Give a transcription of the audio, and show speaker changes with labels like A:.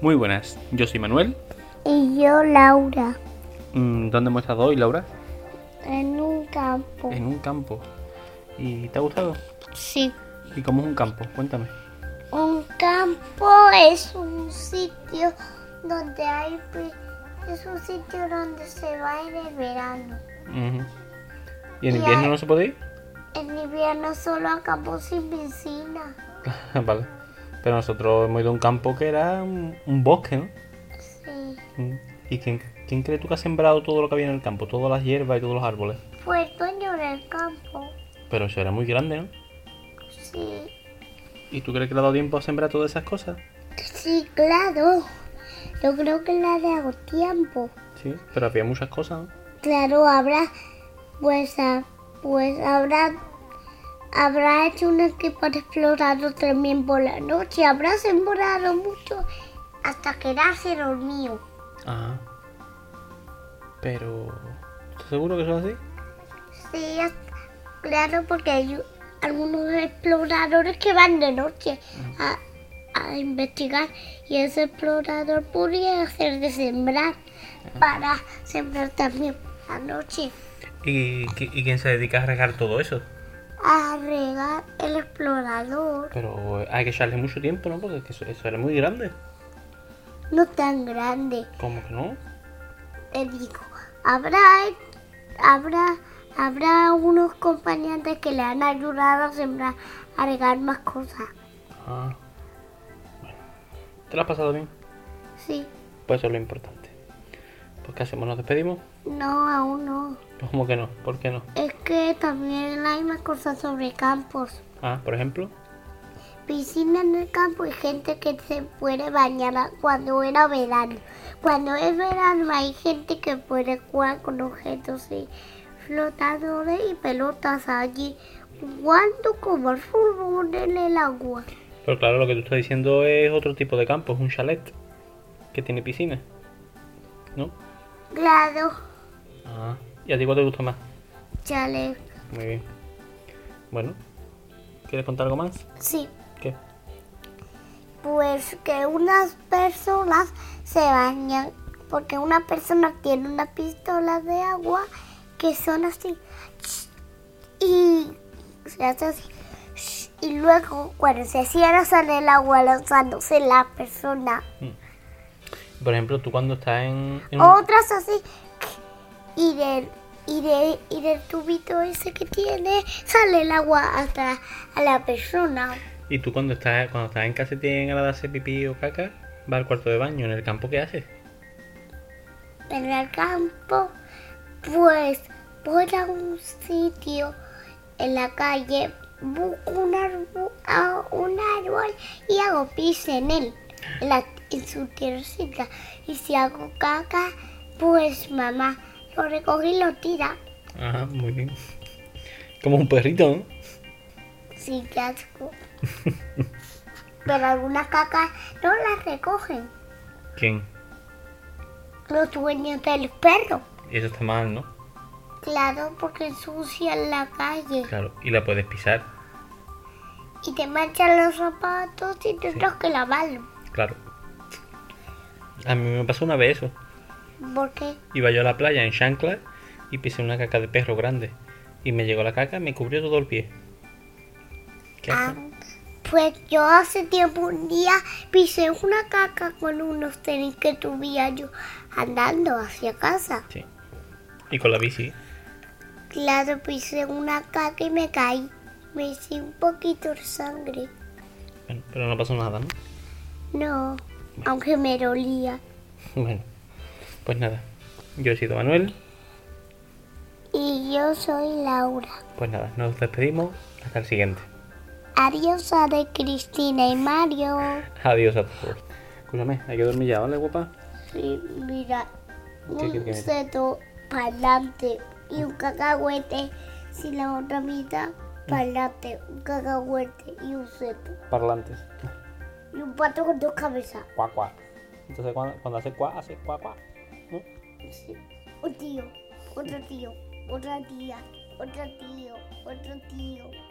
A: Muy buenas, yo soy Manuel.
B: Y yo, Laura,
A: Mm, ¿Dónde hemos estado hoy, Laura?
B: en un campo.
A: En un campo. ¿Y te ha gustado?
B: Sí.
A: ¿Y cómo es un campo? Cuéntame.
B: Un campo es un sitio donde hay... pri- Es un sitio donde se va en el verano.
A: Ujú. ¿Y en
B: Ya.
A: invierno no se puede ir?
B: En invierno solo acampó sin piscina.
A: vale. Pero nosotros hemos ido a un campo que era un, un bosque, ¿no?
B: Sí.
A: Mm. ¿Y quién, quién crees tú que ha sembrado todo lo que había en el campo? Todas las hierbas y todos los árboles.
B: Fue el dueño del campo.
A: Pero eso era muy grande, ¿no?
B: Sí.
A: ¿Y tú crees que le ha dado tiempo a sembrar todas esas cosas?
B: Sí, claro. Yo creo que la de hago tiempo.
A: Sí, pero había muchas cosas, ¿no?
B: Claro, habrá, pues, ah, pues habrá, habrá hecho un equipo de explorado también por la noche. Habrá sembrado mucho hasta quedarse dormido.
A: Ajá. Ah. Pero... ¿Estás seguro que eso es así?
B: Sí, es- claro, porque hay u- algunos exploradores que van de noche a, a investigar y ese explorador podría hacer de sembrar para sembrar también por la noche.
A: ¿Y, qui- y quién se dedica a regar todo eso?
B: A regar el explorador.
A: Pero eh, hay que echarle mucho tiempo, ¿no? Porque es que eso, eso era muy grande.
B: no tan grande.
A: ¿Cómo que no?
B: Te digo, habrá, habrá, habrá unos compañeros que le han ayudado a sembrar, a regar más cosas.
A: Ah. Bueno. ¿Te lo has pasado bien?
B: Sí,
A: Pues eso es lo importante. Pues ¿qué hacemos? ¿Nos despedimos?
B: no, aún no.
A: ¿Cómo que no? ¿Por qué no?
B: Es que también hay más cosas sobre campos.
A: Ah, por ejemplo.
B: Piscina en el campo y gente que se puede bañar a- cuando era verano. Cuando es verano hay gente que puede jugar con objetos y flotadores y pelotas allí, jugando como el fútbol en el agua.
A: Pero claro, lo que tú estás diciendo es otro tipo de campo, es un chalet que tiene piscina. ¿No?
B: Claro,
A: Ah. ¿Y a ti cuál te gusta más?
B: chale.
A: Muy bien. Bueno, ¿quieres contar algo más?
B: Sí,
A: ¿Qué?
B: pues que unas personas se bañan porque una persona tiene una pistola de agua que son así y se hace así y luego cuando se cierra sale el agua lanzándose la persona
A: Por ejemplo, tú cuando estás en... en un-
B: otras así y del y de- y del tubito ese que tiene sale el agua hasta a la persona
A: ¿Y tú cuando estás, cuando estás en casa y tienes ganas de hacer pipí o caca, vas al cuarto de baño, en el campo, ¿qué haces?
B: en el campo, pues voy a un sitio en la calle, busco un árbol, a un árbol y hago pis en él, en, la- en su tiercita. Y si hago caca, pues mamá lo recoge y lo tira.
A: Ajá, muy bien. Como un perrito, ¿no?
B: Sí, qué asco. Pero algunas cacas no las recogen
A: ¿Quién?
B: los dueños del perro.
A: Y eso está mal, ¿no?
B: Claro, porque ensucian la calle.
A: Claro, y la puedes pisar,
B: y te manchan los zapatos y tendrás que lavarlo.
A: claro. A mí me pasó una vez eso.
B: Porque
A: Iba yo a la playa en chancla y pisé una caca de perro grande. Y me llegó la caca, me cubrió todo el pie. ¿Qué
B: ah,
A: haces?
B: pues yo hace tiempo un día pisé una caca con unos tenis que tuviera yo andando hacia casa.
A: Sí. Y con la bici.
B: Claro, pisé una caca y me caí. Me hice un poquito de sangre.
A: Bueno, pero no pasó nada, ¿no?
B: No, aunque me dolía.
A: Bueno, pues nada. Yo he sido Manuel.
B: Y yo soy Laura.
A: Pues nada, nos despedimos hasta el siguiente.
B: Adiós a de Cristina y Mario.
A: Adiós a todos. Escúchame, hay que dormir ya, ¿vale, guapa?
B: Sí, mira,
A: ¿Qué quiere que
B: un
A: me-
B: seto para adelante y un cacahuete sin la otra mitad para adelante, un cacahuete y un seto.
A: Parlantes.
B: Y un pato con dos cabezas.
A: Cuá, cuá. Entonces cuando, cuando hace cuá, hace cuá, cuá. ¿no?
B: Sí. Un tío, otro tío, otra tía, otro tío, otro tío.